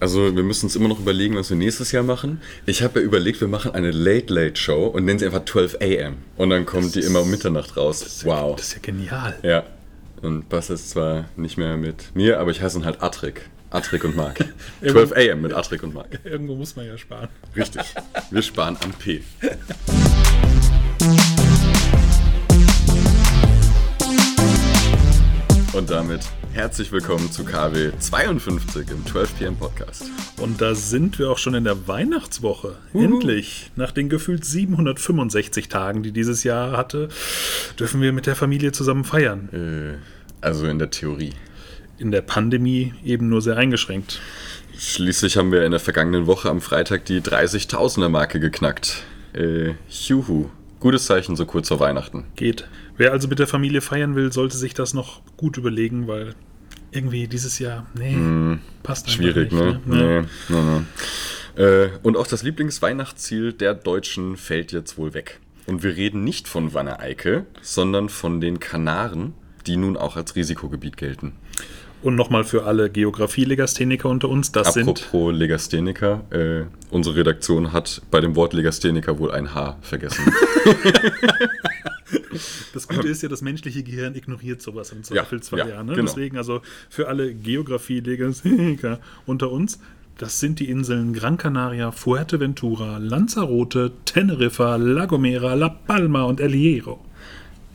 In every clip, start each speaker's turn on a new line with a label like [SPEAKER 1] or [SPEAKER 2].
[SPEAKER 1] Also wir müssen uns immer noch überlegen, was wir nächstes Jahr machen. Ich habe ja überlegt, wir machen eine Late Late Show und nennen sie einfach 12 AM. Und dann kommt die immer um Mitternacht raus.
[SPEAKER 2] Das ist ja-
[SPEAKER 1] wow.
[SPEAKER 2] Das ist ja genial.
[SPEAKER 1] Ja. Und Bas ist zwar nicht mehr mit mir, aber ich heiße ihn halt Atrik. Atrik und Marc. 12 AM mit Atrik und Marc.
[SPEAKER 2] Irgendwo muss man ja sparen.
[SPEAKER 1] Richtig. Wir sparen am P. Und damit herzlich willkommen zu KW 52 im 12 PM Podcast.
[SPEAKER 2] Und da sind wir auch schon in der Weihnachtswoche.
[SPEAKER 1] Uhu.
[SPEAKER 2] Endlich. Nach den gefühlt 765 Tagen, die dieses Jahr hatte, dürfen wir mit der Familie zusammen feiern.
[SPEAKER 1] Äh, also in der Theorie.
[SPEAKER 2] In der Pandemie eben nur sehr eingeschränkt.
[SPEAKER 1] Schließlich haben wir in der vergangenen Woche am Freitag die 30.000er Marke geknackt. Äh, juhu. Gutes Zeichen so kurz vor Weihnachten.
[SPEAKER 2] Geht. Wer also mit der Familie feiern will, sollte sich das noch gut überlegen, weil irgendwie dieses Jahr, nee, passt einfach
[SPEAKER 1] Schwierig,
[SPEAKER 2] nicht,
[SPEAKER 1] ne?
[SPEAKER 2] Hm. Nee.
[SPEAKER 1] Nee, nee, nee. Äh, und auch das Lieblingsweihnachtsziel der Deutschen fällt jetzt wohl weg. Und wir reden nicht von Wanne Eickel, sondern von den Kanaren, die nun auch als Risikogebiet gelten.
[SPEAKER 2] Und nochmal für alle Geografie-Legastheniker unter uns, das sind
[SPEAKER 1] Apropos Legastheniker, äh, unsere Redaktion hat bei dem Wort Legastheniker wohl ein H vergessen.
[SPEAKER 2] Das Gute ist ja, das menschliche Gehirn ignoriert sowas im
[SPEAKER 1] Ja,
[SPEAKER 2] Zweifelsfall. Ja,
[SPEAKER 1] ja,
[SPEAKER 2] ne?
[SPEAKER 1] genau.
[SPEAKER 2] Deswegen also für alle Geografie-Legastheniker unter uns, das sind die Inseln Gran Canaria, Fuerteventura, Lanzarote, Teneriffa, La Gomera, La Palma und El Hierro.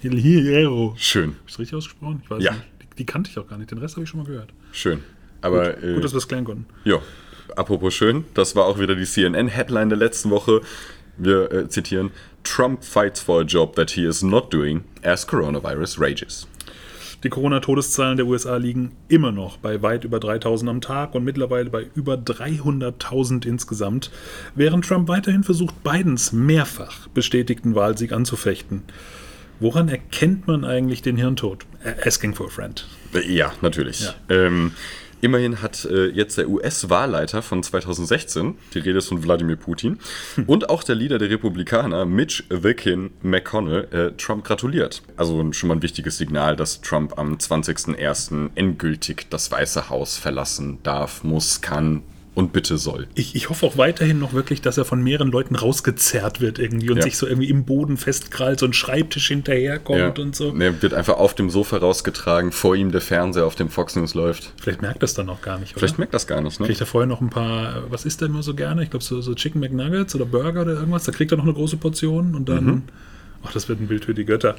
[SPEAKER 2] El Hierro. Habe
[SPEAKER 1] Schön,
[SPEAKER 2] ich richtig ausgesprochen? Ich weiß
[SPEAKER 1] Ja.
[SPEAKER 2] nicht. Die, die kannte ich auch gar nicht. Den Rest habe ich schon mal gehört.
[SPEAKER 1] schön. Aber äh,
[SPEAKER 2] Gut, dass wir es klären konnten.
[SPEAKER 1] Ja, apropos schön, das war auch wieder die CNN-Headline der letzten Woche. Wir äh, zitieren: Trump fights for a job that he is not doing as coronavirus rages.
[SPEAKER 2] Die Corona-Todeszahlen der USA liegen immer noch bei weit über 3000 am Tag und mittlerweile bei über 300.000 insgesamt, während Trump weiterhin versucht, Bidens mehrfach bestätigten Wahlsieg anzufechten. Woran erkennt man eigentlich den Hirntod? Ä- Asking for a friend.
[SPEAKER 1] Äh, Ja, natürlich.
[SPEAKER 2] Ja.
[SPEAKER 1] Ähm, immerhin hat äh, jetzt der US-Wahlleiter von 2016, die Rede ist von Wladimir Putin,
[SPEAKER 2] Hm.
[SPEAKER 1] und auch der Leader der Republikaner, Mitch Wickin McConnell, äh, Trump gratuliert. Also schon mal ein wichtiges Signal, dass Trump am 20.01. endgültig das Weiße Haus verlassen darf, muss, kann und bitte soll.
[SPEAKER 2] Ich, ich hoffe auch weiterhin noch wirklich, dass er von mehreren Leuten rausgezerrt wird irgendwie und
[SPEAKER 1] Ja.
[SPEAKER 2] sich so irgendwie im Boden festkrallt, so ein Schreibtisch hinterherkommt und so.
[SPEAKER 1] Er Ne, wird einfach auf dem Sofa rausgetragen, vor ihm der Fernseher auf dem Fox News läuft.
[SPEAKER 2] Vielleicht merkt er es dann auch gar nicht, oder?
[SPEAKER 1] Vielleicht merkt das gar nicht, ne?
[SPEAKER 2] Kriegt er vorher noch ein paar, äh, was isst er immer so gerne? Ich glaube, so, so Chicken McNuggets oder Burger oder irgendwas. Da kriegt er noch eine große Portion und dann. Ach, das wird ein Bild für die Götter.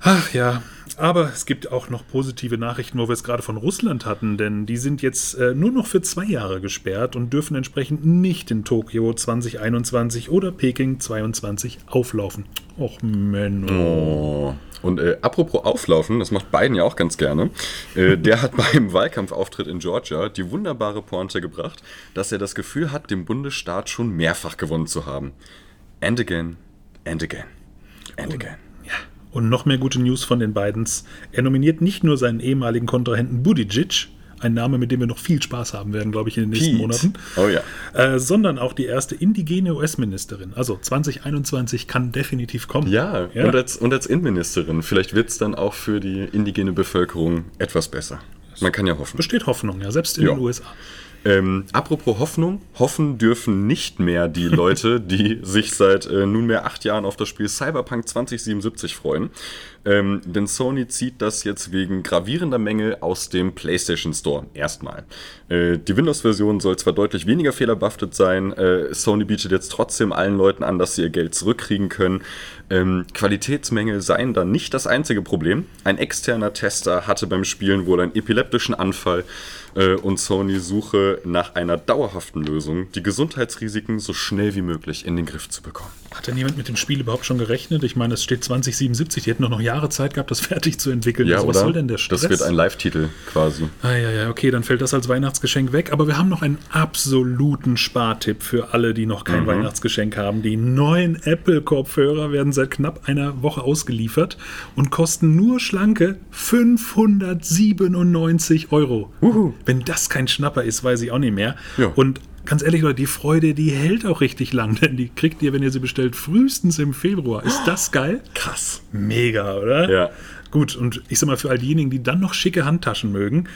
[SPEAKER 2] Ach ja. Aber es gibt auch noch positive Nachrichten, wo wir es gerade von Russland hatten, denn die sind jetzt äh, nur noch für zwei Jahre gesperrt und dürfen entsprechend nicht in Tokio 2021 oder Peking 22 auflaufen. Och, Menno.
[SPEAKER 1] Oh. Und äh, apropos Auflaufen, das macht Biden ja auch ganz gerne. Äh, der hat beim Wahlkampfauftritt in Georgia die wunderbare Pointe gebracht, dass er das Gefühl hat, den Bundesstaat schon mehrfach gewonnen zu haben. And again, and again, and again.
[SPEAKER 2] Und noch mehr gute News von den Bidens. Er nominiert nicht nur seinen ehemaligen Kontrahenten Buttigieg, ein Name, mit dem wir noch viel Spaß haben werden, glaube ich, in den nächsten Monaten,
[SPEAKER 1] Oh ja.
[SPEAKER 2] äh, sondern auch die erste indigene US-Ministerin. Also 2021 kann definitiv kommen.
[SPEAKER 1] Ja,
[SPEAKER 2] Ja.
[SPEAKER 1] Und, als, und als Innenministerin. Vielleicht wird es dann auch für die indigene Bevölkerung etwas besser. Man kann ja hoffen.
[SPEAKER 2] Besteht Hoffnung, ja, selbst in
[SPEAKER 1] Ja.
[SPEAKER 2] den USA.
[SPEAKER 1] Ähm, apropos Hoffnung, hoffen dürfen nicht mehr die Leute, die sich seit äh, nunmehr acht Jahren auf das Spiel Cyberpunk 2077 freuen. Ähm, denn Sony zieht das jetzt wegen gravierender Mängel aus dem PlayStation Store erstmal. Äh, die Windows-Version soll zwar deutlich weniger fehlerbehaftet sein, äh, Sony bietet jetzt trotzdem allen Leuten an, dass sie ihr Geld zurückkriegen können. Ähm, Qualitätsmängel seien dann nicht das einzige Problem. Ein externer Tester hatte beim Spielen wohl einen epileptischen Anfall äh, und Sony suche nach einer dauerhaften Lösung, die Gesundheitsrisiken so schnell wie möglich in den Griff zu bekommen.
[SPEAKER 2] Hat denn jemand mit dem Spiel überhaupt schon gerechnet? Ich meine, es steht 2077, die hätten doch noch Jahre Zeit gehabt, das fertig zu entwickeln. Also was soll denn der Stress?
[SPEAKER 1] Das wird ein Live-Titel quasi.
[SPEAKER 2] Ah, ja, ja, okay, dann fällt das als Weihnachtsgeschenk weg. Aber wir haben noch einen absoluten Spartipp für alle, die noch
[SPEAKER 1] Mhm.
[SPEAKER 2] kein Weihnachtsgeschenk haben. Die neuen Apple-Kopfhörer werden seit knapp einer Woche ausgeliefert und kosten nur schlanke 597 Euro. Wenn das kein Schnapper ist, weiß ich auch nicht mehr.
[SPEAKER 1] Ja.
[SPEAKER 2] Und ganz ehrlich, Leute, die Freude, die hält auch richtig lang, denn die kriegt ihr, wenn ihr sie bestellt, frühestens im Februar. Ist das geil?
[SPEAKER 1] Krass.
[SPEAKER 2] Mega, oder?
[SPEAKER 1] Ja.
[SPEAKER 2] Gut, und ich sag mal, für all diejenigen, die dann noch schicke Handtaschen mögen,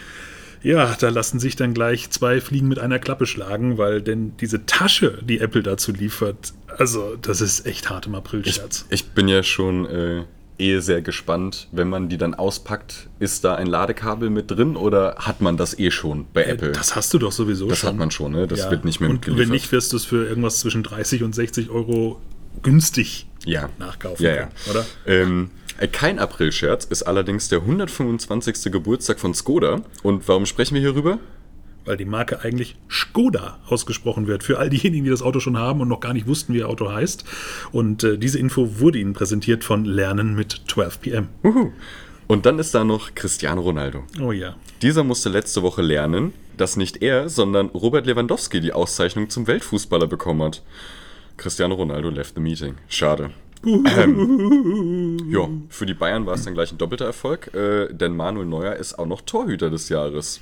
[SPEAKER 2] Ja, da lassen sich dann gleich zwei Fliegen mit einer Klappe schlagen, weil denn diese Tasche, die Apple dazu liefert, also das ist echt hart im April-Scherz.
[SPEAKER 1] Ich, ich bin ja schon äh, eh sehr gespannt, wenn man die dann auspackt, ist da ein Ladekabel mit drin oder hat man das eh schon bei Apple?
[SPEAKER 2] Äh, Das hast du doch sowieso
[SPEAKER 1] das
[SPEAKER 2] schon.
[SPEAKER 1] hat man schon, ne? Das
[SPEAKER 2] Ja.
[SPEAKER 1] wird nicht mehr
[SPEAKER 2] Und
[SPEAKER 1] mitgeliefert.
[SPEAKER 2] wenn nicht, wirst du es für irgendwas zwischen 30 und 60 Euro günstig
[SPEAKER 1] ja.
[SPEAKER 2] nachkaufen
[SPEAKER 1] Ja, ja.
[SPEAKER 2] können, oder?
[SPEAKER 1] Ähm, äh, kein April-Scherz ist allerdings der 125. Geburtstag von Skoda. Und warum sprechen wir hierüber?
[SPEAKER 2] Weil die Marke eigentlich Skoda ausgesprochen wird. Für all diejenigen, die das Auto schon haben und noch gar nicht wussten, wie ihr Auto heißt. Und äh, diese Info wurde ihnen präsentiert von Lernen mit 12 PM.
[SPEAKER 1] Uhu. Und dann ist da noch Cristiano Ronaldo.
[SPEAKER 2] Oh ja.
[SPEAKER 1] Dieser musste letzte Woche lernen, dass nicht er, sondern Robert Lewandowski die Auszeichnung zum Weltfußballer bekommen hat. Cristiano Ronaldo left the meeting. Schade. Ähm, ja, für die Bayern war es dann gleich ein doppelter Erfolg, äh, denn Manuel Neuer ist auch noch Torhüter des Jahres.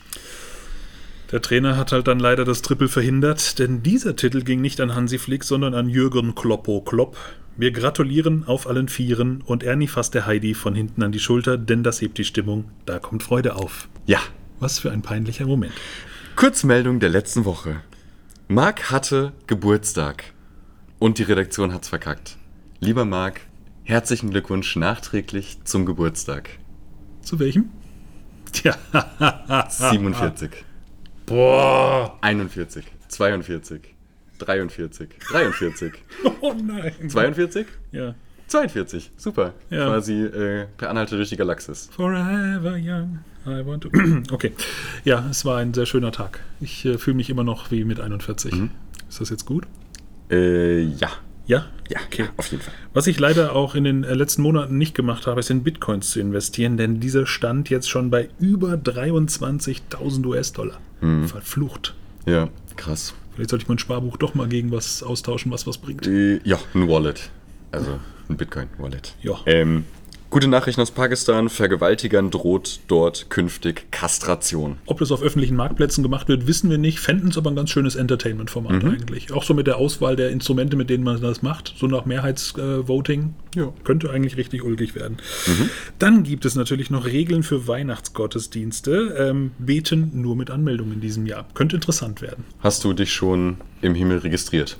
[SPEAKER 2] Der Trainer hat halt dann leider das Triple verhindert, denn dieser Titel ging nicht an Hansi Flick, sondern an Jürgen Kloppo Klopp. Wir gratulieren auf allen Vieren und Ernie fasst der Heidi von hinten an die Schulter, denn das hebt die Stimmung, da kommt Freude auf.
[SPEAKER 1] Ja,
[SPEAKER 2] Was für ein peinlicher Moment.
[SPEAKER 1] Kurzmeldung der letzten Woche. Marc hatte Geburtstag und die Redaktion hat's verkackt. Lieber Marc, herzlichen Glückwunsch nachträglich zum Geburtstag.
[SPEAKER 2] Zu welchem? Tja,
[SPEAKER 1] 47.
[SPEAKER 2] Ah, boah.
[SPEAKER 1] 41, 42, 43, 43,
[SPEAKER 2] Oh nein.
[SPEAKER 1] 42,
[SPEAKER 2] Ja.
[SPEAKER 1] 42. Super.
[SPEAKER 2] Ja.
[SPEAKER 1] Quasi äh, per Anhalte durch die Galaxis.
[SPEAKER 2] Forever young, I want to. Okay. Ja, es war ein sehr schöner Tag. Ich äh, fühle mich immer noch wie mit 41. Ist das jetzt gut?
[SPEAKER 1] Äh, ja.
[SPEAKER 2] Mhm. Ja?
[SPEAKER 1] Ja, okay. auf jeden Fall.
[SPEAKER 2] Was ich leider auch in den äh, letzten Monaten nicht gemacht habe, ist in Bitcoins zu investieren, denn dieser stand jetzt schon bei über 23.000 US-Dollar. Verflucht.
[SPEAKER 1] Ja, krass.
[SPEAKER 2] Vielleicht sollte ich mein Sparbuch doch mal gegen was austauschen, was was bringt.
[SPEAKER 1] Äh, ja, ein Wallet. Also ein Bitcoin-Wallet.
[SPEAKER 2] Ja.
[SPEAKER 1] Ähm, gute Nachrichten aus Pakistan. Vergewaltigern droht dort künftig Kastration.
[SPEAKER 2] Ob das auf öffentlichen Marktplätzen gemacht wird, wissen wir nicht. Fänden es aber ein ganz schönes Entertainment-Format eigentlich. Auch so mit der Auswahl der Instrumente, mit denen man das macht. So nach Mehrheitsvoting.
[SPEAKER 1] Ja.
[SPEAKER 2] Könnte eigentlich richtig ulkig werden. Dann gibt es natürlich noch Regeln für Weihnachtsgottesdienste. Ähm, beten nur mit Anmeldung in diesem Jahr. Könnte interessant werden.
[SPEAKER 1] Hast du dich schon im Himmel registriert?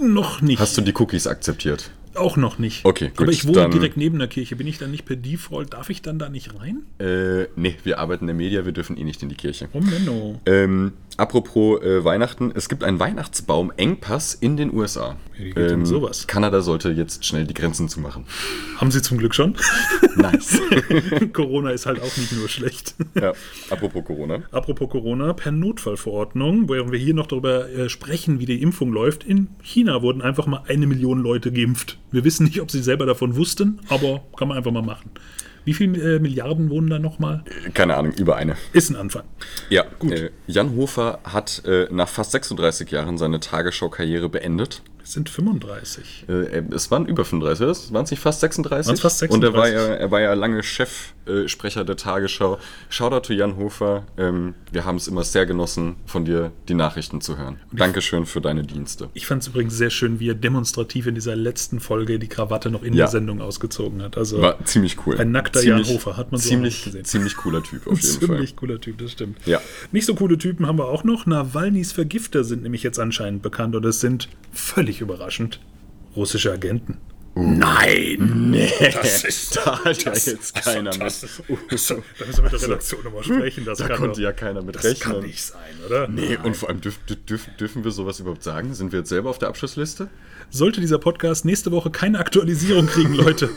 [SPEAKER 2] Noch nicht.
[SPEAKER 1] Hast du die Cookies akzeptiert?
[SPEAKER 2] Auch noch nicht.
[SPEAKER 1] Okay, gut,
[SPEAKER 2] Aber ich wohne
[SPEAKER 1] dann-
[SPEAKER 2] direkt neben der Kirche. Bin ich dann nicht per Default? Darf ich dann da nicht rein?
[SPEAKER 1] Äh, nee, wir arbeiten in der Media, wir dürfen eh nicht in die Kirche.
[SPEAKER 2] Oh, Menno.
[SPEAKER 1] Ähm, apropos äh, Weihnachten, es gibt einen Weihnachtsbaum-Engpass in den USA.
[SPEAKER 2] Ja, wie geht denn sowas?
[SPEAKER 1] Ähm, Kanada sollte jetzt schnell die Grenzen zumachen.
[SPEAKER 2] Haben Sie zum Glück schon.
[SPEAKER 1] Nice.
[SPEAKER 2] Corona ist halt auch nicht nur schlecht.
[SPEAKER 1] ja, apropos Corona.
[SPEAKER 2] Apropos Corona, per Notfallverordnung, während wir hier noch darüber äh, sprechen, wie die Impfung läuft, in China wurden einfach mal eine Million Leute geimpft. Wir wissen nicht, ob sie selber davon wussten, aber kann man einfach mal machen. Wie viele äh, Milliarden wohnen da nochmal?
[SPEAKER 1] Äh, Keine Ahnung, über eine.
[SPEAKER 2] Ist ein Anfang.
[SPEAKER 1] Ja, gut. Äh, Jan Hofer hat äh, nach fast 36 Jahren seine Tagesschau-Karriere beendet.
[SPEAKER 2] Es sind 35.
[SPEAKER 1] Äh, es waren über 35, es waren es nicht fast 36.
[SPEAKER 2] Waren's fast
[SPEAKER 1] Und er war
[SPEAKER 2] 36?
[SPEAKER 1] ja, er war ja lange Chefsprecher der Tagesschau. Shoutout to Jan Hofer. Ähm, wir haben es immer sehr genossen, von dir die Nachrichten zu hören. Dankeschön für deine Dienste.
[SPEAKER 2] Ich fand es übrigens sehr schön, wie er demonstrativ in dieser letzten Folge die Krawatte noch in
[SPEAKER 1] Ja.
[SPEAKER 2] der Sendung ausgezogen hat. Also
[SPEAKER 1] War ziemlich cool.
[SPEAKER 2] Ein nackter
[SPEAKER 1] ziemlich,
[SPEAKER 2] Jan Hofer, hat man so auch
[SPEAKER 1] ziemlich,
[SPEAKER 2] nicht gesehen.
[SPEAKER 1] Ziemlich cooler Typ auf jeden
[SPEAKER 2] Ziemlich
[SPEAKER 1] Fall.
[SPEAKER 2] cooler Typ, das stimmt.
[SPEAKER 1] Ja.
[SPEAKER 2] Nicht so coole Typen haben wir auch noch. Nawalnys Vergifter sind nämlich jetzt anscheinend bekannt und es sind völlig überraschend russische Agenten.
[SPEAKER 1] Nein! Nee.
[SPEAKER 2] Das ist-
[SPEAKER 1] da hat ja
[SPEAKER 2] das-
[SPEAKER 1] jetzt
[SPEAKER 2] also
[SPEAKER 1] keiner
[SPEAKER 2] das
[SPEAKER 1] mit.
[SPEAKER 2] ist- da müssen wir mit der Redaktion nochmal sprechen. Das
[SPEAKER 1] Also, Da
[SPEAKER 2] kann
[SPEAKER 1] konnte
[SPEAKER 2] doch-
[SPEAKER 1] ja keiner mit
[SPEAKER 2] das
[SPEAKER 1] rechnen.
[SPEAKER 2] kann nicht sein, oder?
[SPEAKER 1] Nee, und vor allem dürf, dürf, dürfen wir sowas überhaupt sagen? Sind wir jetzt selber auf der Abschlussliste?
[SPEAKER 2] Sollte dieser Podcast nächste Woche keine Aktualisierung kriegen, Leute.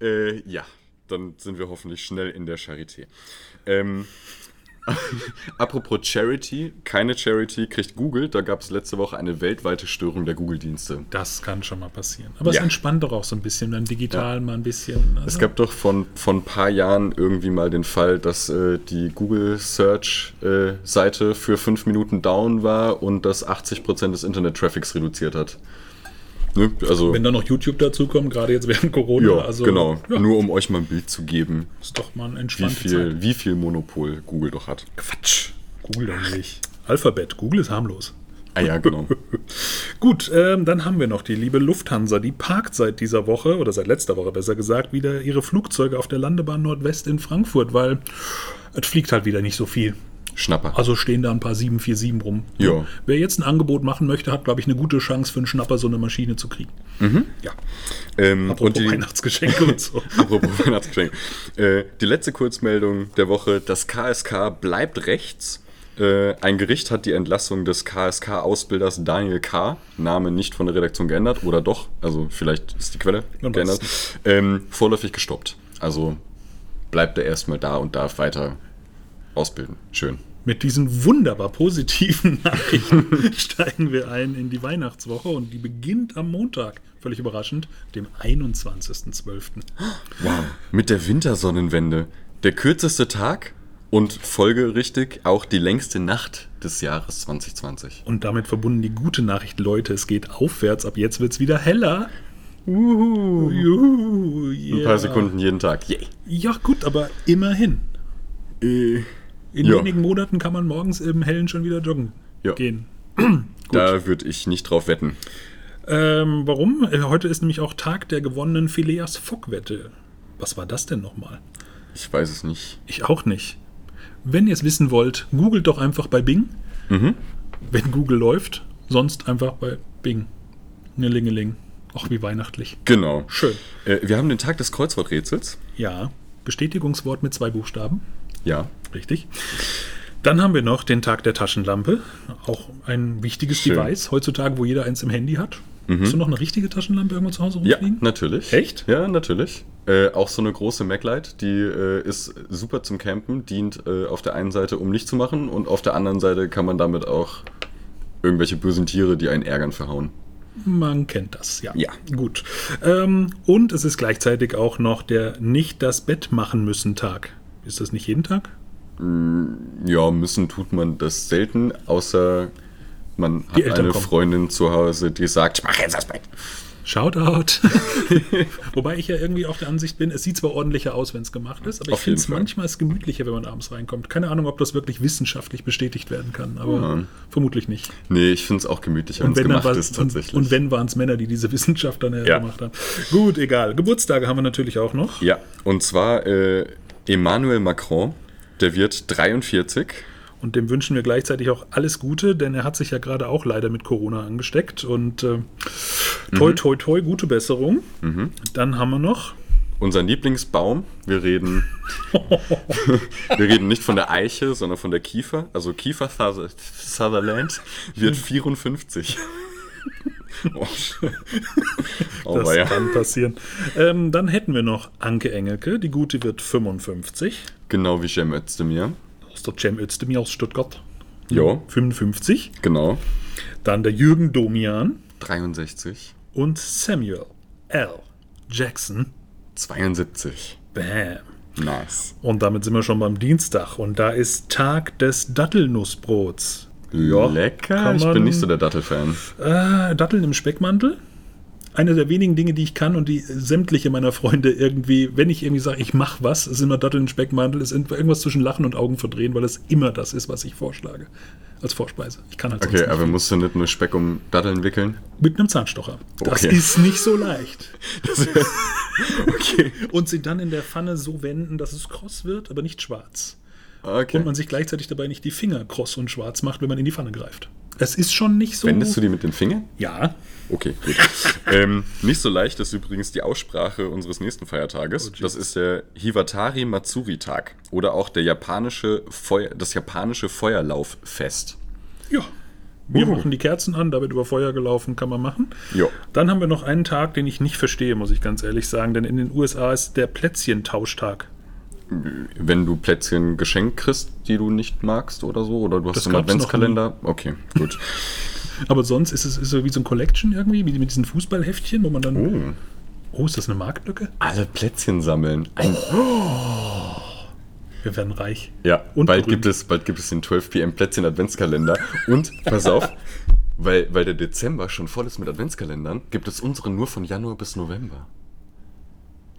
[SPEAKER 1] Äh, ja, dann sind wir hoffentlich schnell in der Charité. Ähm, apropos Charity, keine Charity kriegt Google. Da gab es letzte Woche eine weltweite Störung der Google-Dienste.
[SPEAKER 2] Das kann schon mal passieren. Aber
[SPEAKER 1] Ja.
[SPEAKER 2] es entspannt doch auch so ein bisschen, dann digital mal ein bisschen. Also,
[SPEAKER 1] Es gab doch von, von ein paar Jahren irgendwie mal den Fall, dass äh, die Google-Search-Seite für fünf Minuten down war und das 80% des Internet-Traffics reduziert hat. Ne? Also,
[SPEAKER 2] wenn da noch YouTube dazukommt, gerade jetzt während Corona.
[SPEAKER 1] ja,
[SPEAKER 2] also,
[SPEAKER 1] genau.
[SPEAKER 2] Ja,
[SPEAKER 1] Nur um euch mal ein Bild zu geben,
[SPEAKER 2] ist doch mal ein
[SPEAKER 1] wie
[SPEAKER 2] entspannter
[SPEAKER 1] viel, wie viel Monopol Google doch hat.
[SPEAKER 2] Quatsch. Google doch nicht. Alphabet. Google ist harmlos.
[SPEAKER 1] Ah ja, genau.
[SPEAKER 2] Gut, ähm, dann haben wir noch die liebe Lufthansa. Die parkt seit dieser Woche, oder seit letzter Woche besser gesagt, wieder ihre Flugzeuge auf der Landebahn Nordwest in Frankfurt, weil es fliegt halt wieder nicht so viel.
[SPEAKER 1] Schnapper.
[SPEAKER 2] Also stehen da ein paar 747 rum.
[SPEAKER 1] Ja.
[SPEAKER 2] Wer jetzt ein Angebot machen möchte, hat, glaube ich, eine gute Chance für einen Schnapper, so eine Maschine zu kriegen.
[SPEAKER 1] Ja. Ähm,
[SPEAKER 2] Apropos
[SPEAKER 1] und die,
[SPEAKER 2] Weihnachtsgeschenke und so.
[SPEAKER 1] apropos Weihnachtsgeschenk. Äh, die letzte Kurzmeldung der Woche: Das KSK bleibt rechts. Äh, ein Gericht hat die Entlassung des KSK-Ausbilders Daniel K., Name nicht von der Redaktion geändert, oder doch, also vielleicht ist die Quelle
[SPEAKER 2] Man weiß
[SPEAKER 1] geändert, ähm, vorläufig gestoppt. Also bleibt er erstmal da und darf weiter ausbilden. Schön.
[SPEAKER 2] Mit diesen wunderbar positiven Nachrichten steigen wir ein in die Weihnachtswoche und die beginnt am Montag, völlig überraschend, dem 21.12.
[SPEAKER 1] Wow. Mit der Wintersonnenwende. Der kürzeste Tag und folgerichtig auch die längste Nacht des Jahres 2020.
[SPEAKER 2] Und damit verbunden die gute Nachricht, Leute, es geht aufwärts, ab jetzt wird es wieder heller.
[SPEAKER 1] Uhu.
[SPEAKER 2] Juhu, yeah.
[SPEAKER 1] Ein paar Sekunden jeden Tag. Yay.
[SPEAKER 2] Ja gut, aber immerhin. In
[SPEAKER 1] Ja.
[SPEAKER 2] wenigen Monaten kann man morgens im Hellen schon wieder joggen
[SPEAKER 1] Ja.
[SPEAKER 2] gehen.
[SPEAKER 1] Da würde ich nicht drauf wetten.
[SPEAKER 2] Ähm, warum? Äh, Heute ist nämlich auch Tag der gewonnenen Phileas Fogg-Wette. Was war das denn nochmal?
[SPEAKER 1] Ich weiß es nicht.
[SPEAKER 2] Ich auch nicht. Wenn ihr es wissen wollt, googelt doch einfach bei Bing.
[SPEAKER 1] Mhm.
[SPEAKER 2] Wenn Google läuft, sonst einfach bei Bing. Nillingeling. Ach, wie weihnachtlich.
[SPEAKER 1] Genau.
[SPEAKER 2] Schön.
[SPEAKER 1] Äh, wir haben den Tag des Kreuzworträtsels.
[SPEAKER 2] Ja, Bestätigungswort mit zwei Buchstaben.
[SPEAKER 1] Ja.
[SPEAKER 2] Richtig. Dann haben wir noch den Tag der Taschenlampe. Auch ein wichtiges
[SPEAKER 1] Schön. Mhm.
[SPEAKER 2] Device heutzutage, wo jeder eins im Handy hat. Hast du noch eine richtige Taschenlampe irgendwo zu Hause
[SPEAKER 1] Ja,
[SPEAKER 2] rumfliegen?
[SPEAKER 1] natürlich.
[SPEAKER 2] Echt?
[SPEAKER 1] Ja, natürlich. Äh, auch so eine große Maglite, die äh, ist super zum Campen, dient äh, auf der einen Seite, um nicht zu machen, und auf der anderen Seite kann man damit auch irgendwelche bösen Tiere, die einen ärgern, verhauen.
[SPEAKER 2] Man kennt das, ja.
[SPEAKER 1] Ja.
[SPEAKER 2] Gut. Ähm, und es ist gleichzeitig auch noch der Nicht das Bett machen müssen Tag. Ist das nicht jeden Tag?
[SPEAKER 1] Ja, müssen tut man das selten, außer man hat
[SPEAKER 2] Eltern
[SPEAKER 1] eine
[SPEAKER 2] kommen.
[SPEAKER 1] Freundin zu Hause, die sagt, mach jetzt das Bett.
[SPEAKER 2] Shoutout. Wobei ich ja irgendwie auch der Ansicht bin, es sieht zwar ordentlicher aus, wenn es gemacht ist, aber
[SPEAKER 1] Auf
[SPEAKER 2] ich finde es
[SPEAKER 1] jeden Fall.
[SPEAKER 2] manchmal ist gemütlicher, wenn man abends reinkommt. Keine Ahnung, ob das wirklich wissenschaftlich bestätigt werden kann, aber vermutlich nicht.
[SPEAKER 1] Nee, ich finde es auch gemütlicher, wenn es
[SPEAKER 2] dann
[SPEAKER 1] gemacht
[SPEAKER 2] war's-
[SPEAKER 1] ist, tatsächlich.
[SPEAKER 2] Und, und wenn waren es Männer, die diese Wissenschaft dann
[SPEAKER 1] Ja.
[SPEAKER 2] gemacht haben. Gut, egal. Geburtstage haben wir natürlich auch noch.
[SPEAKER 1] ja, und zwar äh, Emmanuel Macron, der wird 43.
[SPEAKER 2] Und dem wünschen wir gleichzeitig auch alles Gute, denn er hat sich ja gerade auch leider mit Corona angesteckt. Und äh,
[SPEAKER 1] Mhm.
[SPEAKER 2] toi, toi, toi, gute Besserung. Dann haben wir noch.
[SPEAKER 1] Unser Lieblingsbaum, wir reden, wir reden nicht von der Eiche, sondern von der Kiefer. Also Kiefer Suther- Sutherland wird 54. oh, oh
[SPEAKER 2] Das
[SPEAKER 1] ja.
[SPEAKER 2] kann passieren. Ähm, dann hätten wir noch Anke Engelke. Die Gute wird 55.
[SPEAKER 1] Genau wie Cem Özdemir.
[SPEAKER 2] Aus der Cem Özdemir aus Stuttgart.
[SPEAKER 1] Jo,
[SPEAKER 2] 55.
[SPEAKER 1] genau.
[SPEAKER 2] Dann der Jürgen Domian
[SPEAKER 1] 63,
[SPEAKER 2] und Samuel L. Jackson.
[SPEAKER 1] 72.
[SPEAKER 2] Bam.
[SPEAKER 1] Nice.
[SPEAKER 2] Und damit sind wir schon beim Dienstag. Und da ist Tag des Dattelnussbrots.
[SPEAKER 1] Lecker.
[SPEAKER 2] kann
[SPEAKER 1] Ich
[SPEAKER 2] man-
[SPEAKER 1] bin nicht so der Dattelfan.
[SPEAKER 2] Äh, Datteln im Speckmantel. Eine der wenigen Dinge, die ich kann und die sämtliche meiner Freunde irgendwie, wenn ich irgendwie sage, ich mache was, ist immer Datteln im Speckmantel, ist irgendwas zwischen Lachen und Augen verdrehen, weil es immer das ist, was ich vorschlage. Als Vorspeise. Ich kann halt
[SPEAKER 1] Okay,
[SPEAKER 2] sonst
[SPEAKER 1] aber
[SPEAKER 2] nicht.
[SPEAKER 1] musst du nicht nur Speck um Datteln wickeln?
[SPEAKER 2] Mit einem Zahnstocher. Das
[SPEAKER 1] Okay.
[SPEAKER 2] ist nicht so leicht.
[SPEAKER 1] Okay.
[SPEAKER 2] Und sie dann in der Pfanne so wenden, dass es kross wird, aber nicht schwarz.
[SPEAKER 1] okay.
[SPEAKER 2] Und man sich gleichzeitig dabei nicht die Finger kross und schwarz macht, wenn man in die Pfanne greift. Es ist schon nicht so.
[SPEAKER 1] Wendest du die mit den Fingern?
[SPEAKER 2] ja.
[SPEAKER 1] Okay, gut. ähm, nicht so leicht ist übrigens die Aussprache unseres nächsten
[SPEAKER 2] Oh,
[SPEAKER 1] Feiertages. das ist der Hivatari Matsuri Tag oder auch der japanische Feuer, das japanische Feuerlauffest.
[SPEAKER 2] Ja. Wir
[SPEAKER 1] Uhu.
[SPEAKER 2] machen die Kerzen an, da wird über Feuer gelaufen, kann man machen.
[SPEAKER 1] Jo.
[SPEAKER 2] Dann haben wir noch einen Tag, den ich nicht verstehe, muss ich ganz ehrlich sagen, denn in den USA ist der Plätzchentauschtag.
[SPEAKER 1] Wenn du Plätzchen geschenkt kriegst, die du nicht magst oder so, oder du hast
[SPEAKER 2] Das
[SPEAKER 1] einen
[SPEAKER 2] gab's noch nie.
[SPEAKER 1] Adventskalender. Okay, gut.
[SPEAKER 2] Aber sonst ist es ist so wie so ein Collection irgendwie, wie mit diesen Fußballheftchen, wo man dann. Oh, ist das eine Marktlücke?
[SPEAKER 1] Alle Plätzchen sammeln. Ein
[SPEAKER 2] Wir werden reich.
[SPEAKER 1] Ja,
[SPEAKER 2] Und
[SPEAKER 1] bald
[SPEAKER 2] berühmt.
[SPEAKER 1] gibt, es, bald gibt es den 12 pm Plätzchen Adventskalender. Und, pass auf, weil, weil der Dezember schon voll ist mit Adventskalendern, gibt es unsere nur von Januar bis November.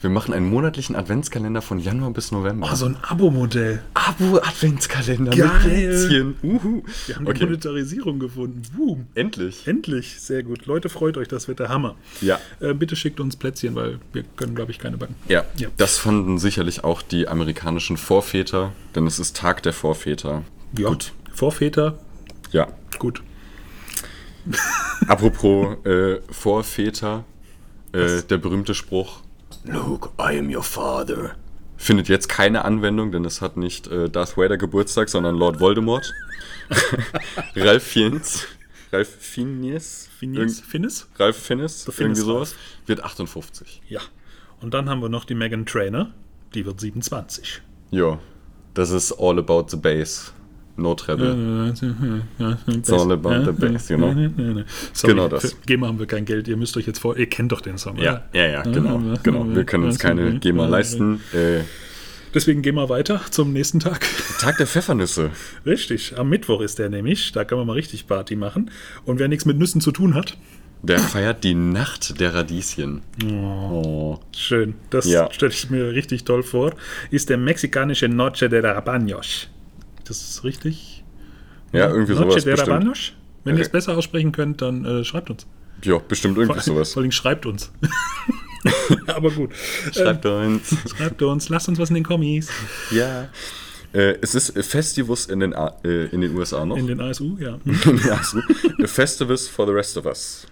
[SPEAKER 1] Wir machen einen monatlichen Adventskalender von Januar bis November.
[SPEAKER 2] Oh, so ein Abo-Modell.
[SPEAKER 1] Abo-Adventskalender
[SPEAKER 2] Geil.
[SPEAKER 1] Plätzchen. Uhu.
[SPEAKER 2] Wir haben die
[SPEAKER 1] Okay,
[SPEAKER 2] Monetarisierung gefunden. Boom.
[SPEAKER 1] endlich.
[SPEAKER 2] Endlich, sehr gut. Leute, freut euch, das wird der Hammer.
[SPEAKER 1] Ja.
[SPEAKER 2] Äh, bitte schickt uns Plätzchen, weil wir können, glaube ich, keine backen.
[SPEAKER 1] Ja,
[SPEAKER 2] Ja.
[SPEAKER 1] das fanden sicherlich auch die amerikanischen Vorväter, denn es ist Tag der Vorväter.
[SPEAKER 2] Ja.
[SPEAKER 1] Gut.
[SPEAKER 2] Vorväter,
[SPEAKER 1] Ja,
[SPEAKER 2] gut.
[SPEAKER 1] apropos äh, Vorväter, äh, der berühmte Spruch Luke, I am your father. Findet jetzt keine Anwendung, denn es hat nicht äh, Darth Vader Geburtstag, sondern Lord Voldemort. Ralf Fiennes. Ralf Fiennes?
[SPEAKER 2] Phineas?
[SPEAKER 1] Irgend-
[SPEAKER 2] Finnis?
[SPEAKER 1] Ralf Finnes?
[SPEAKER 2] Finnes
[SPEAKER 1] Irgendwie sowas. Wird 58.
[SPEAKER 2] Ja. Und dann haben wir noch die Megan Trainer. Die wird 27.
[SPEAKER 1] Jo. Das ist all about the bass. No treble.
[SPEAKER 2] It's
[SPEAKER 1] all about the bass, you know?
[SPEAKER 2] Sorry,
[SPEAKER 1] Genau das.
[SPEAKER 2] Für GEMA haben wir kein Geld. Ihr müsst euch jetzt vor... Ihr kennt doch den Song,
[SPEAKER 1] Ja, ja, ja, genau. genau. Wir können uns keine GEMA leisten. Äh,
[SPEAKER 2] Deswegen gehen wir weiter zum nächsten Tag.
[SPEAKER 1] Tag der Pfeffernüsse.
[SPEAKER 2] Richtig, am Mittwoch ist der nämlich. Da kann man mal richtig Party machen. Und wer nichts mit Nüssen zu tun hat,
[SPEAKER 1] Der feiert die Nacht der Radieschen. Oh.
[SPEAKER 2] schön, das
[SPEAKER 1] Ja.
[SPEAKER 2] stelle ich mir richtig toll vor, ist der mexikanische Noche de Rabanos. Das ist richtig?
[SPEAKER 1] Ja, irgendwie
[SPEAKER 2] Noche
[SPEAKER 1] sowas
[SPEAKER 2] de
[SPEAKER 1] bestimmt.
[SPEAKER 2] Rabanos? Ne, Wenn ihr es besser aussprechen könnt, dann äh, schreibt uns.
[SPEAKER 1] Ja, bestimmt irgendwie sowas.
[SPEAKER 2] Vor allem schreibt uns. Aber gut.
[SPEAKER 1] Schreibt uns.
[SPEAKER 2] Ähm, schreibt uns, lasst uns was in den Kommis.
[SPEAKER 1] ja. Äh, es ist Festivus in den, A äh, in den USA noch.
[SPEAKER 2] In den ASU, ja. Mhm.
[SPEAKER 1] ja, so. Äh, Festivus for the rest of us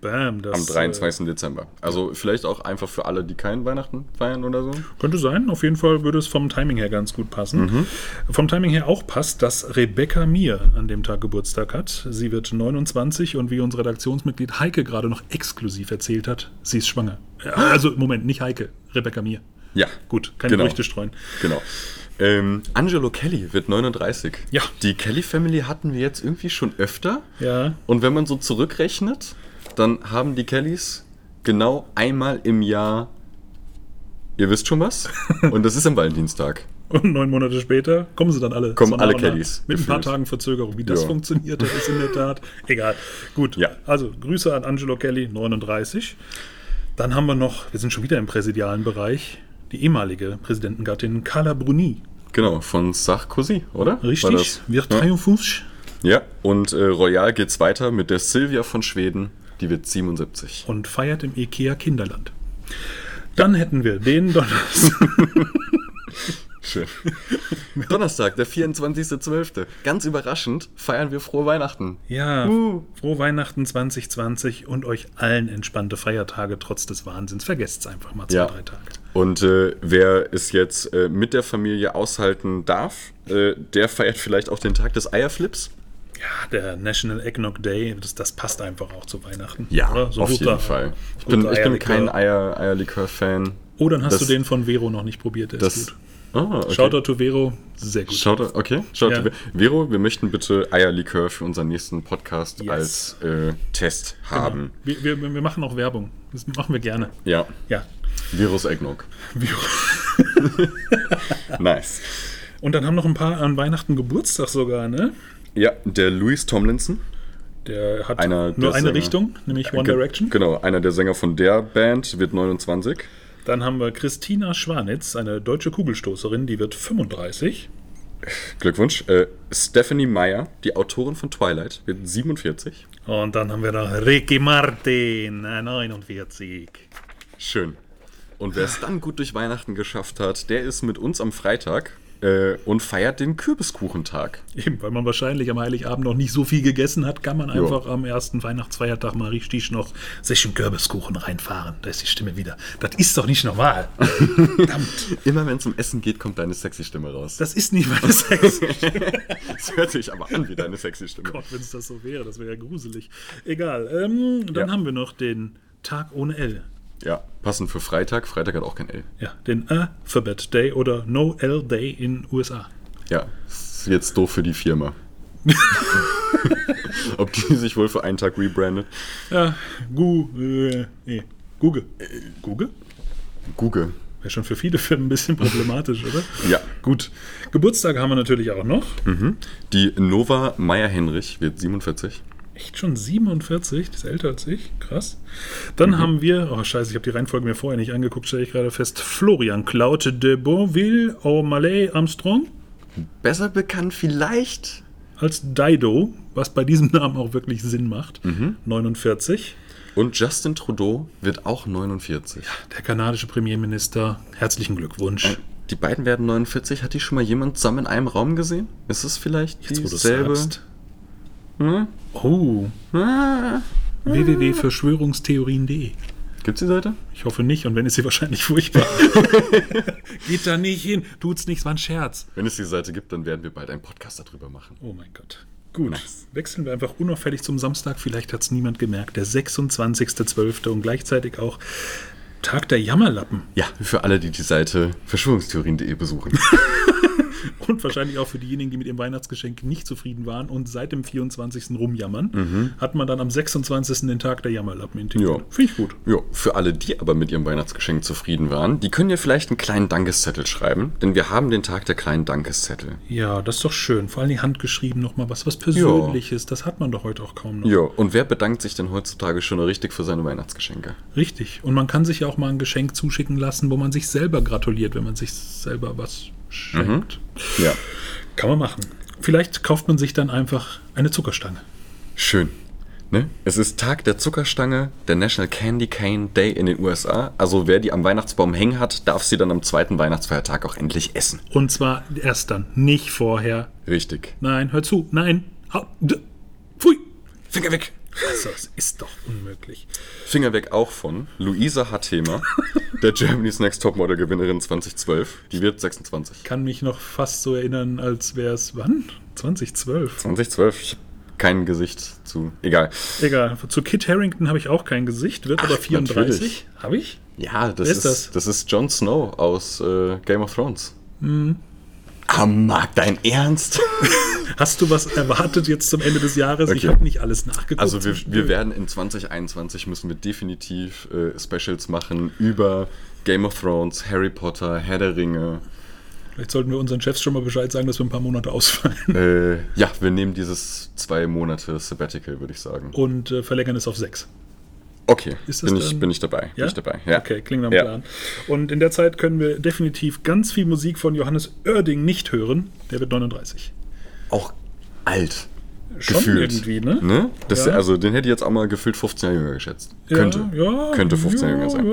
[SPEAKER 2] Bam, das äh,
[SPEAKER 1] am 23. Dezember. Also vielleicht auch einfach für alle, die keinen Weihnachten feiern oder so.
[SPEAKER 2] Könnte sein. Auf jeden Fall würde es vom Timing her ganz gut passen.
[SPEAKER 1] Mhm.
[SPEAKER 2] Vom Timing her auch passt, dass Rebecca Mir an dem Tag Geburtstag hat. Sie wird 29 und wie uns Redaktionsmitglied Heike gerade noch exklusiv erzählt hat, sie ist schwanger. Äh, Also, Moment, nicht Heike, Rebecca Mir.
[SPEAKER 1] Ja.
[SPEAKER 2] Gut, keine
[SPEAKER 1] Genau.
[SPEAKER 2] Gerüchte streuen.
[SPEAKER 1] Genau. Ähm, Angelo Kelly wird 39.
[SPEAKER 2] Ja.
[SPEAKER 1] Die Kelly Family hatten wir jetzt irgendwie schon öfter.
[SPEAKER 2] Ja.
[SPEAKER 1] Und wenn man so zurückrechnet, dann haben die Kellys genau einmal im Jahr, ihr wisst schon was, und das ist am Valentinstag.
[SPEAKER 2] Und neun Monate später kommen sie dann alle.
[SPEAKER 1] Kommen
[SPEAKER 2] so
[SPEAKER 1] alle
[SPEAKER 2] nach und nach.
[SPEAKER 1] Kellys,
[SPEAKER 2] Mit ein paar
[SPEAKER 1] gefühlt.
[SPEAKER 2] Tagen Verzögerung. Wie das
[SPEAKER 1] Ja.
[SPEAKER 2] funktioniert, das ist in der Tat egal. Gut,
[SPEAKER 1] Ja.
[SPEAKER 2] also Grüße an Angelo Kelly, 39. Dann haben wir noch, wir sind schon wieder im präsidialen Bereich, die ehemalige Präsidentengattin Carla Bruni.
[SPEAKER 1] Genau, von Sarkozy, oder? War
[SPEAKER 2] Richtig?
[SPEAKER 1] das?
[SPEAKER 2] Wird
[SPEAKER 1] Ja.
[SPEAKER 2] 53.
[SPEAKER 1] ja, und äh, royal geht's weiter mit der Silvia von Schweden, die wird 77.
[SPEAKER 2] und feiert im Ikea Kinderland. Dann hätten wir den Donnerstag.
[SPEAKER 1] Schön. Donnerstag, der 24.12. Ganz überraschend feiern wir frohe Weihnachten.
[SPEAKER 2] Ja,
[SPEAKER 1] Uh.
[SPEAKER 2] frohe Weihnachten 2020 und euch allen entspannte Feiertage trotz des Wahnsinns. Vergesst es einfach mal zwei,
[SPEAKER 1] Ja.
[SPEAKER 2] drei Tage.
[SPEAKER 1] Und äh, wer es jetzt äh, mit der Familie aushalten darf, äh, der feiert vielleicht auch den Tag des Eierflips.
[SPEAKER 2] Ja, der National Eggnog Day, das, das passt einfach auch zu Weihnachten.
[SPEAKER 1] Ja,
[SPEAKER 2] oder? So
[SPEAKER 1] auf
[SPEAKER 2] guter-
[SPEAKER 1] jeden Fall. Ich bin,
[SPEAKER 2] guter
[SPEAKER 1] ich bin
[SPEAKER 2] Eierlikör.
[SPEAKER 1] kein Eier, Eierlikör-Fan.
[SPEAKER 2] Oh, dann hast
[SPEAKER 1] das-
[SPEAKER 2] du den von Vero noch nicht probiert, der ist
[SPEAKER 1] Das.
[SPEAKER 2] gut.
[SPEAKER 1] Ah, okay.
[SPEAKER 2] Shoutout to Vero, sehr gut.
[SPEAKER 1] Shoutout, okay. Shoutout.
[SPEAKER 2] Ja.
[SPEAKER 1] Vero, wir möchten bitte Eierlikör für unseren nächsten Podcast
[SPEAKER 2] Yes. Genau.
[SPEAKER 1] als äh, Test haben.
[SPEAKER 2] wir, wir, wir machen auch Werbung. Das machen wir gerne.
[SPEAKER 1] Ja,
[SPEAKER 2] Ja.
[SPEAKER 1] Virus Eggnog.
[SPEAKER 2] Vero.
[SPEAKER 1] Nice.
[SPEAKER 2] Und dann haben noch ein paar an Weihnachten Geburtstag sogar, ne?
[SPEAKER 1] Ja, der Louis Tomlinson.
[SPEAKER 2] Der hat
[SPEAKER 1] Einer
[SPEAKER 2] nur
[SPEAKER 1] der
[SPEAKER 2] eine
[SPEAKER 1] Sänger.
[SPEAKER 2] Richtung, nämlich One
[SPEAKER 1] Ge-
[SPEAKER 2] Direction.
[SPEAKER 1] Genau, einer der Sänger von der Band, wird 29.
[SPEAKER 2] Dann haben wir Christina Schwanitz, eine deutsche Kugelstoßerin, die wird 35.
[SPEAKER 1] Glückwunsch. Äh, Stephanie Meyer, die Autorin von Twilight, wird 47.
[SPEAKER 2] Und dann haben wir noch Ricky Martin, äh, 49.
[SPEAKER 1] Schön. Und wer es dann gut durch Weihnachten geschafft hat, der ist mit uns am Freitag äh, und feiert den Kürbiskuchentag.
[SPEAKER 2] Eben, weil man wahrscheinlich am Heiligabend noch nicht so viel gegessen hat, kann man einfach am ersten Weihnachtsfeiertag mal richtig noch sich einen Kürbiskuchen reinfahren. Da ist die Stimme wieder. Das ist doch nicht normal.
[SPEAKER 1] Immer wenn es um Essen geht, kommt deine sexy Stimme raus.
[SPEAKER 2] Das ist nicht meine Sex.
[SPEAKER 1] Das hört sich aber an wie deine sexy Stimme.
[SPEAKER 2] oh Gott, wenn es das so wäre, das wäre ja gruselig. Egal. Ähm, dann
[SPEAKER 1] Ja.
[SPEAKER 2] haben wir noch den Tag ohne L.
[SPEAKER 1] Ja, passend für Freitag. Freitag hat auch kein L.
[SPEAKER 2] Ja, den Alphabet Day oder No L Day in USA.
[SPEAKER 1] Ja, ist jetzt doof für die Firma. Ob die sich wohl für einen Tag rebrandet?
[SPEAKER 2] Ja, Gu, äh, nee, Google. Google?
[SPEAKER 1] Google.
[SPEAKER 2] Wäre schon für viele Firmen ein bisschen problematisch, oder?
[SPEAKER 1] Ja.
[SPEAKER 2] Gut. Geburtstag haben wir natürlich auch noch.
[SPEAKER 1] Die Nova Meyer-Henrich wird 47.
[SPEAKER 2] Echt schon 47, die ist älter als ich, krass. Dann mhm. haben wir, oh scheiße, ich habe die Reihenfolge mir vorher nicht angeguckt, stelle ich gerade fest, Florian Claude de Bonville, O'Malley Armstrong.
[SPEAKER 1] Besser bekannt vielleicht
[SPEAKER 2] als Dido, was bei diesem Namen auch wirklich Sinn macht, mhm. 49.
[SPEAKER 1] Und Justin Trudeau wird auch 49. Ja,
[SPEAKER 2] der kanadische Premierminister, herzlichen Glückwunsch. Und
[SPEAKER 1] die beiden werden 49. Hat die schon mal jemand zusammen in einem Raum gesehen? Ist es vielleicht Jetzt, dieselbe?
[SPEAKER 2] Hm? Oh. Ah. www.verschwörungstheorien.de
[SPEAKER 1] Gibt's die Seite?
[SPEAKER 2] Ich hoffe nicht und wenn ist sie wahrscheinlich furchtbar. Geht da nicht hin, tut's nichts, war ein Scherz.
[SPEAKER 1] Wenn es die Seite gibt, dann werden wir bald einen Podcast darüber machen.
[SPEAKER 2] Oh mein Gott. Gut, nice. wechseln wir einfach unauffällig zum Samstag. Vielleicht hat es niemand gemerkt. Der 26.12. und gleichzeitig auch Tag der Jammerlappen.
[SPEAKER 1] Ja, für alle, die die Seite verschwörungstheorien.de besuchen.
[SPEAKER 2] und wahrscheinlich auch für diejenigen, die mit ihrem Weihnachtsgeschenk nicht zufrieden waren und seit dem 24. rumjammern, mhm. hat man dann am 26. den Tag der Jammerlappen
[SPEAKER 1] integriert. Ja. Finde ich gut. Ja, für alle, die aber mit ihrem Weihnachtsgeschenk zufrieden waren, die können ja vielleicht einen kleinen Dankeszettel schreiben, denn wir haben den Tag der kleinen Dankeszettel.
[SPEAKER 2] Ja, das ist doch schön. Vor allem die handgeschrieben nochmal was, was Persönliches, ja. das hat man doch heute auch kaum noch.
[SPEAKER 1] Ja, und wer bedankt sich denn heutzutage schon richtig für seine Weihnachtsgeschenke?
[SPEAKER 2] Richtig. Und man kann sich ja auch mal ein Geschenk zuschicken lassen, wo man sich selber gratuliert, wenn man sich selber was schenkt.
[SPEAKER 1] Mhm. Ja.
[SPEAKER 2] Kann man machen. Vielleicht kauft man sich dann einfach eine Zuckerstange.
[SPEAKER 1] Schön. Ne? Es ist Tag der Zuckerstange, der National Candy Cane Day in den USA. Also wer die am Weihnachtsbaum hängen hat, darf sie dann am zweiten Weihnachtsfeiertag auch endlich essen.
[SPEAKER 2] Und zwar erst dann, nicht vorher.
[SPEAKER 1] Richtig.
[SPEAKER 2] Nein, hör zu. Nein. Pfui.
[SPEAKER 1] Finger weg.
[SPEAKER 2] Also, es ist doch unmöglich.
[SPEAKER 1] Finger weg auch von Luisa Hathema, der Germany's Next Topmodel-Gewinnerin 2012. Die wird 26. Ich
[SPEAKER 2] kann mich noch fast so erinnern, als wäre es wann? 2012.
[SPEAKER 1] 2012. Ich kein Gesicht zu. Egal.
[SPEAKER 2] Egal. Zu Kit Harrington habe ich auch kein Gesicht, wird Ach, aber 34.
[SPEAKER 1] Habe ich? Ja, das Wer ist, das? das ist Jon Snow aus äh, Game of Thrones.
[SPEAKER 2] Mhm.
[SPEAKER 1] Ah, Marc, dein Ernst?
[SPEAKER 2] Hast du was erwartet jetzt zum Ende des Jahres? Okay. Ich habe nicht alles nachgeguckt.
[SPEAKER 1] Also wir, wir, werden in 2021 müssen wir definitiv äh, Specials machen über Game of Thrones, Harry Potter, Herr der Ringe.
[SPEAKER 2] Vielleicht sollten wir unseren Chefs schon mal Bescheid sagen, dass wir ein paar Monate ausfallen.
[SPEAKER 1] Äh, ja, wir nehmen dieses zwei Monate Sabbatical, würde ich sagen.
[SPEAKER 2] Und äh, verlängern es auf sechs.
[SPEAKER 1] Okay, bin ich, bin, ich, dabei. Ja? Bin ich dabei.
[SPEAKER 2] Ja. Okay, klingt am ja. Plan. Und in der Zeit können wir definitiv ganz viel Musik von Johannes Oerding nicht hören. Der wird 39.
[SPEAKER 1] Auch alt.
[SPEAKER 2] Schon gefühlt. irgendwie, ne?
[SPEAKER 1] ne? Das, ja. Also den hätte ich jetzt auch mal gefühlt 15 Jahre jünger geschätzt. könnte. könnte 15 Jahre jünger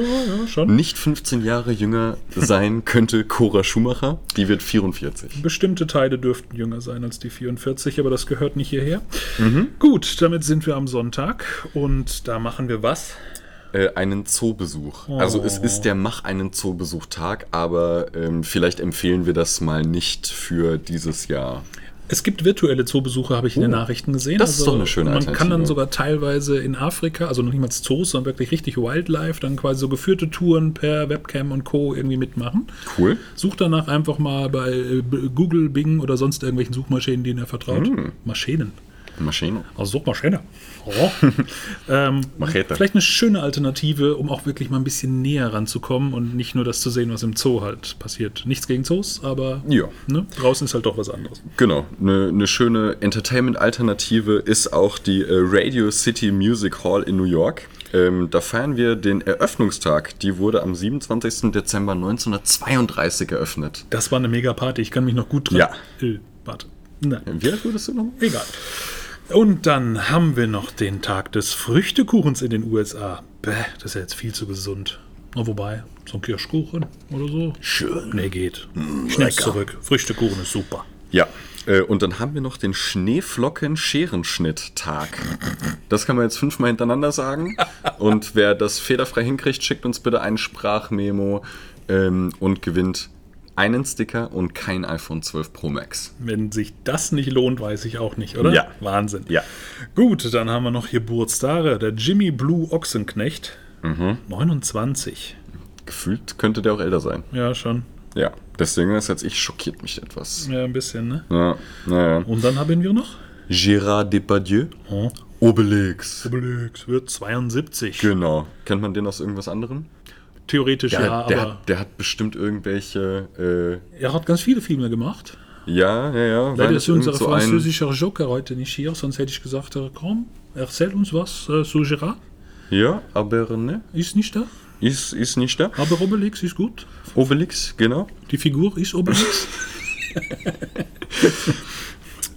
[SPEAKER 1] sein. Nicht 15 Jahre jünger sein könnte Cora Schumacher. Die wird 44.
[SPEAKER 2] Bestimmte Teile dürften jünger sein als die 44, aber das gehört nicht hierher. Mhm. Gut, damit sind wir am Sonntag und da machen wir was?
[SPEAKER 1] Äh, einen Zoobesuch. Oh. Also es ist der Mach einen Zoobesuch-Tag, aber ähm, vielleicht empfehlen wir das mal nicht für dieses Jahr.
[SPEAKER 2] Es gibt virtuelle Zoobesuche, habe ich in den oh, Nachrichten gesehen.
[SPEAKER 1] Das also, ist doch eine schöne
[SPEAKER 2] Man kann dann sogar teilweise in Afrika, also noch nicht mal Zoos, sondern wirklich richtig Wildlife, dann quasi so geführte Touren per Webcam und Co. irgendwie mitmachen.
[SPEAKER 1] Cool.
[SPEAKER 2] Sucht danach einfach mal bei äh, Google, Bing oder sonst irgendwelchen Suchmaschinen, denen er vertraut.
[SPEAKER 1] Hm.
[SPEAKER 2] Mm. Maschinen.
[SPEAKER 1] Maschine.
[SPEAKER 2] Also Suchmaschine. Oh. ähm, Machete. Vielleicht eine schöne Alternative, um auch wirklich mal ein bisschen näher ranzukommen und nicht nur das zu sehen, was im Zoo halt passiert. Nichts gegen Zoos, aber
[SPEAKER 1] ja.
[SPEAKER 2] ne, draußen ist halt doch was anderes.
[SPEAKER 1] Genau. Eine, eine schöne Entertainment-Alternative ist auch die äh, Radio City Music Hall in New York. Ähm, da feiern wir den Eröffnungstag. Die wurde am 27. Dezember 1932 eröffnet.
[SPEAKER 2] Das war eine mega Party. Ich kann mich noch gut dran.
[SPEAKER 1] Ja.
[SPEAKER 2] Äh, warte. Nein.
[SPEAKER 1] Wie alt wurdest du noch?
[SPEAKER 2] Egal. Und dann haben wir noch den Tag des Früchtekuchens in den USA. Bäh, das ist ja jetzt viel zu gesund. Na, wobei, so ein Kirschkuchen oder so.
[SPEAKER 1] Schön.
[SPEAKER 2] Nee, geht. Mm, Schnell zurück. Früchtekuchen ist super.
[SPEAKER 1] Ja. Äh, und dann haben wir noch den Schneeflocken-Scherenschnitt-Tag. Das kann man jetzt fünfmal hintereinander sagen. Und wer das federfrei hinkriegt, schickt uns bitte ein Sprachmemo ähm, und gewinnt einen Sticker und kein iPhone 12 Pro Max.
[SPEAKER 2] Wenn sich das nicht lohnt, weiß ich auch nicht, oder?
[SPEAKER 1] Ja.
[SPEAKER 2] Wahnsinn.
[SPEAKER 1] Ja.
[SPEAKER 2] Gut, dann haben wir noch Geburtstage. Der Jimmy Blue Ochsenknecht,
[SPEAKER 1] mhm.
[SPEAKER 2] 29.
[SPEAKER 1] Gefühlt könnte der auch älter sein.
[SPEAKER 2] Ja, schon.
[SPEAKER 1] Ja, deswegen ist jetzt ich schockiert mich etwas.
[SPEAKER 2] Ja, ein bisschen, ne?
[SPEAKER 1] Ja, naja.
[SPEAKER 2] Und dann haben wir noch?
[SPEAKER 1] Gérard Depardieu.
[SPEAKER 2] Oh.
[SPEAKER 1] Obelix.
[SPEAKER 2] Obelix wird 72.
[SPEAKER 1] Genau. Kennt man den aus irgendwas anderem?
[SPEAKER 2] Theoretisch
[SPEAKER 1] der,
[SPEAKER 2] ja,
[SPEAKER 1] der aber. Hat, der hat bestimmt irgendwelche.
[SPEAKER 2] Äh, er hat ganz viele Filme gemacht.
[SPEAKER 1] Ja, ja, ja.
[SPEAKER 2] Leider ist unser
[SPEAKER 1] irgend so ein-
[SPEAKER 2] französischer Joker heute nicht hier, sonst hätte ich gesagt, äh, komm, erzähl uns was äh, zu Gérard.
[SPEAKER 1] Ja, aber ne,
[SPEAKER 2] Ist nicht da,
[SPEAKER 1] ist, ist nicht da.
[SPEAKER 2] aber Obelix ist gut.
[SPEAKER 1] Obelix, genau.
[SPEAKER 2] Die Figur ist Obelix.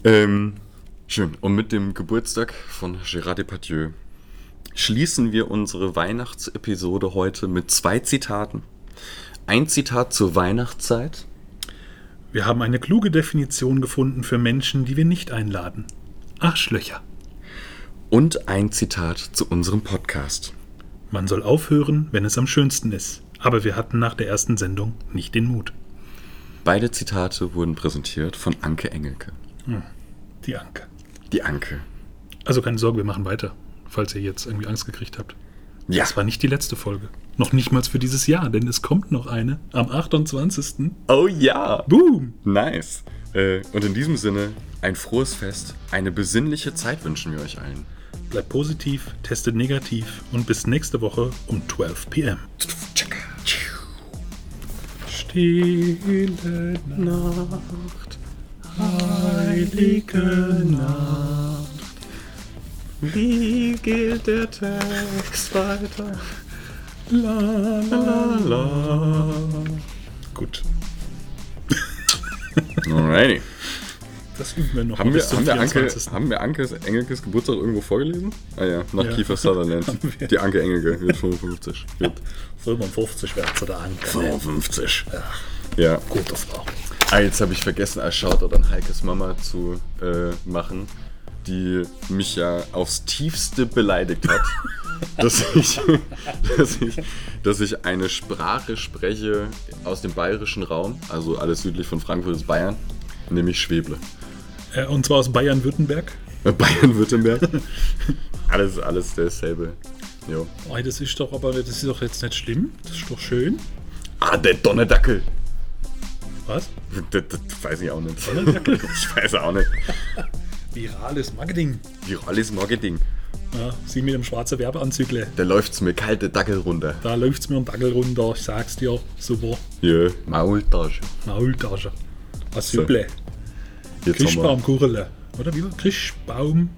[SPEAKER 1] Ähm, schön. Und mit dem Geburtstag von Gérard Depardieu schließen wir unsere Weihnachtsepisode heute mit zwei Zitaten. Ein Zitat zur Weihnachtszeit.
[SPEAKER 2] Wir haben eine kluge Definition gefunden für Menschen, die wir nicht einladen. Arschlöcher.
[SPEAKER 1] Und ein Zitat zu unserem Podcast.
[SPEAKER 2] Man soll aufhören, wenn es am schönsten ist. Aber wir hatten nach der ersten Sendung nicht den Mut.
[SPEAKER 1] Beide Zitate wurden präsentiert von Anke Engelke.
[SPEAKER 2] Die Anke.
[SPEAKER 1] Die Anke.
[SPEAKER 2] Also keine Sorge, wir machen weiter, falls ihr jetzt irgendwie Angst gekriegt habt.
[SPEAKER 1] Ja,
[SPEAKER 2] Das war nicht die letzte Folge. Noch nicht mal für dieses Jahr, denn es kommt noch eine am 28.
[SPEAKER 1] oh ja.
[SPEAKER 2] Boom!
[SPEAKER 1] Nice. Äh, und in diesem Sinne, ein frohes Fest, eine besinnliche Zeit wünschen wir euch allen.
[SPEAKER 2] Bleibt positiv, testet negativ und bis nächste Woche um 12 pm. Stille Nacht, heilige Nacht.
[SPEAKER 1] Wie geht der Text weiter?
[SPEAKER 2] La, la, la. Gut,
[SPEAKER 1] Alrighty.
[SPEAKER 2] das üben wir noch.
[SPEAKER 1] Haben wir,
[SPEAKER 2] bis zum
[SPEAKER 1] haben, wir Anke,
[SPEAKER 2] 24..
[SPEAKER 1] haben wir Anke Engelkes Geburtstag irgendwo vorgelesen? Ah ja, nach
[SPEAKER 2] Ja.
[SPEAKER 1] Kiefer Sutherland.
[SPEAKER 2] Haben wir.
[SPEAKER 1] Die Anke Engelke wird 55. Gut.
[SPEAKER 2] 55 wär's oder Anke. ne?
[SPEAKER 1] 55. Ja.
[SPEAKER 2] Gute Frau.
[SPEAKER 1] Ah, jetzt habe ich vergessen, als Shoutout an Heikes Mama zu äh, machen, die mich ja aufs Tiefste beleidigt hat, dass, ich, dass, ich, dass ich eine Sprache spreche aus dem bayerischen Raum, also alles südlich von Frankfurt ist Bayern, nämlich Schweble.
[SPEAKER 2] Äh, und zwar aus Bayern-Württemberg.
[SPEAKER 1] Bayern-Württemberg. alles, alles dasselbe. Jo.
[SPEAKER 2] Oh, das ist doch aber, das ist doch jetzt nicht schlimm. Das ist doch schön.
[SPEAKER 1] Ah, der Donnerdackel.
[SPEAKER 2] Was?
[SPEAKER 1] Das, das weiß ich auch nicht. ich weiß auch nicht.
[SPEAKER 2] Virales Marketing.
[SPEAKER 1] Virales Marketing.
[SPEAKER 2] Ja, sie mit dem schwarzen Werbeanzügle.
[SPEAKER 1] Da läuft's mir kalte Dackel runter.
[SPEAKER 2] Da läuft's mir am Dackel runter, ich sag's dir. Super.
[SPEAKER 1] Ja, Maultasche.
[SPEAKER 2] Maultasche. Asüble.
[SPEAKER 1] Jetzt haben
[SPEAKER 2] Christbaumkurle. Oder wie war? Christbaum.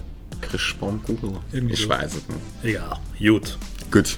[SPEAKER 1] wir Christbaumkuchen.
[SPEAKER 2] Irgendwie
[SPEAKER 1] Ich
[SPEAKER 2] so.
[SPEAKER 1] weiß es nicht.
[SPEAKER 2] Egal. Gut.
[SPEAKER 1] Gut.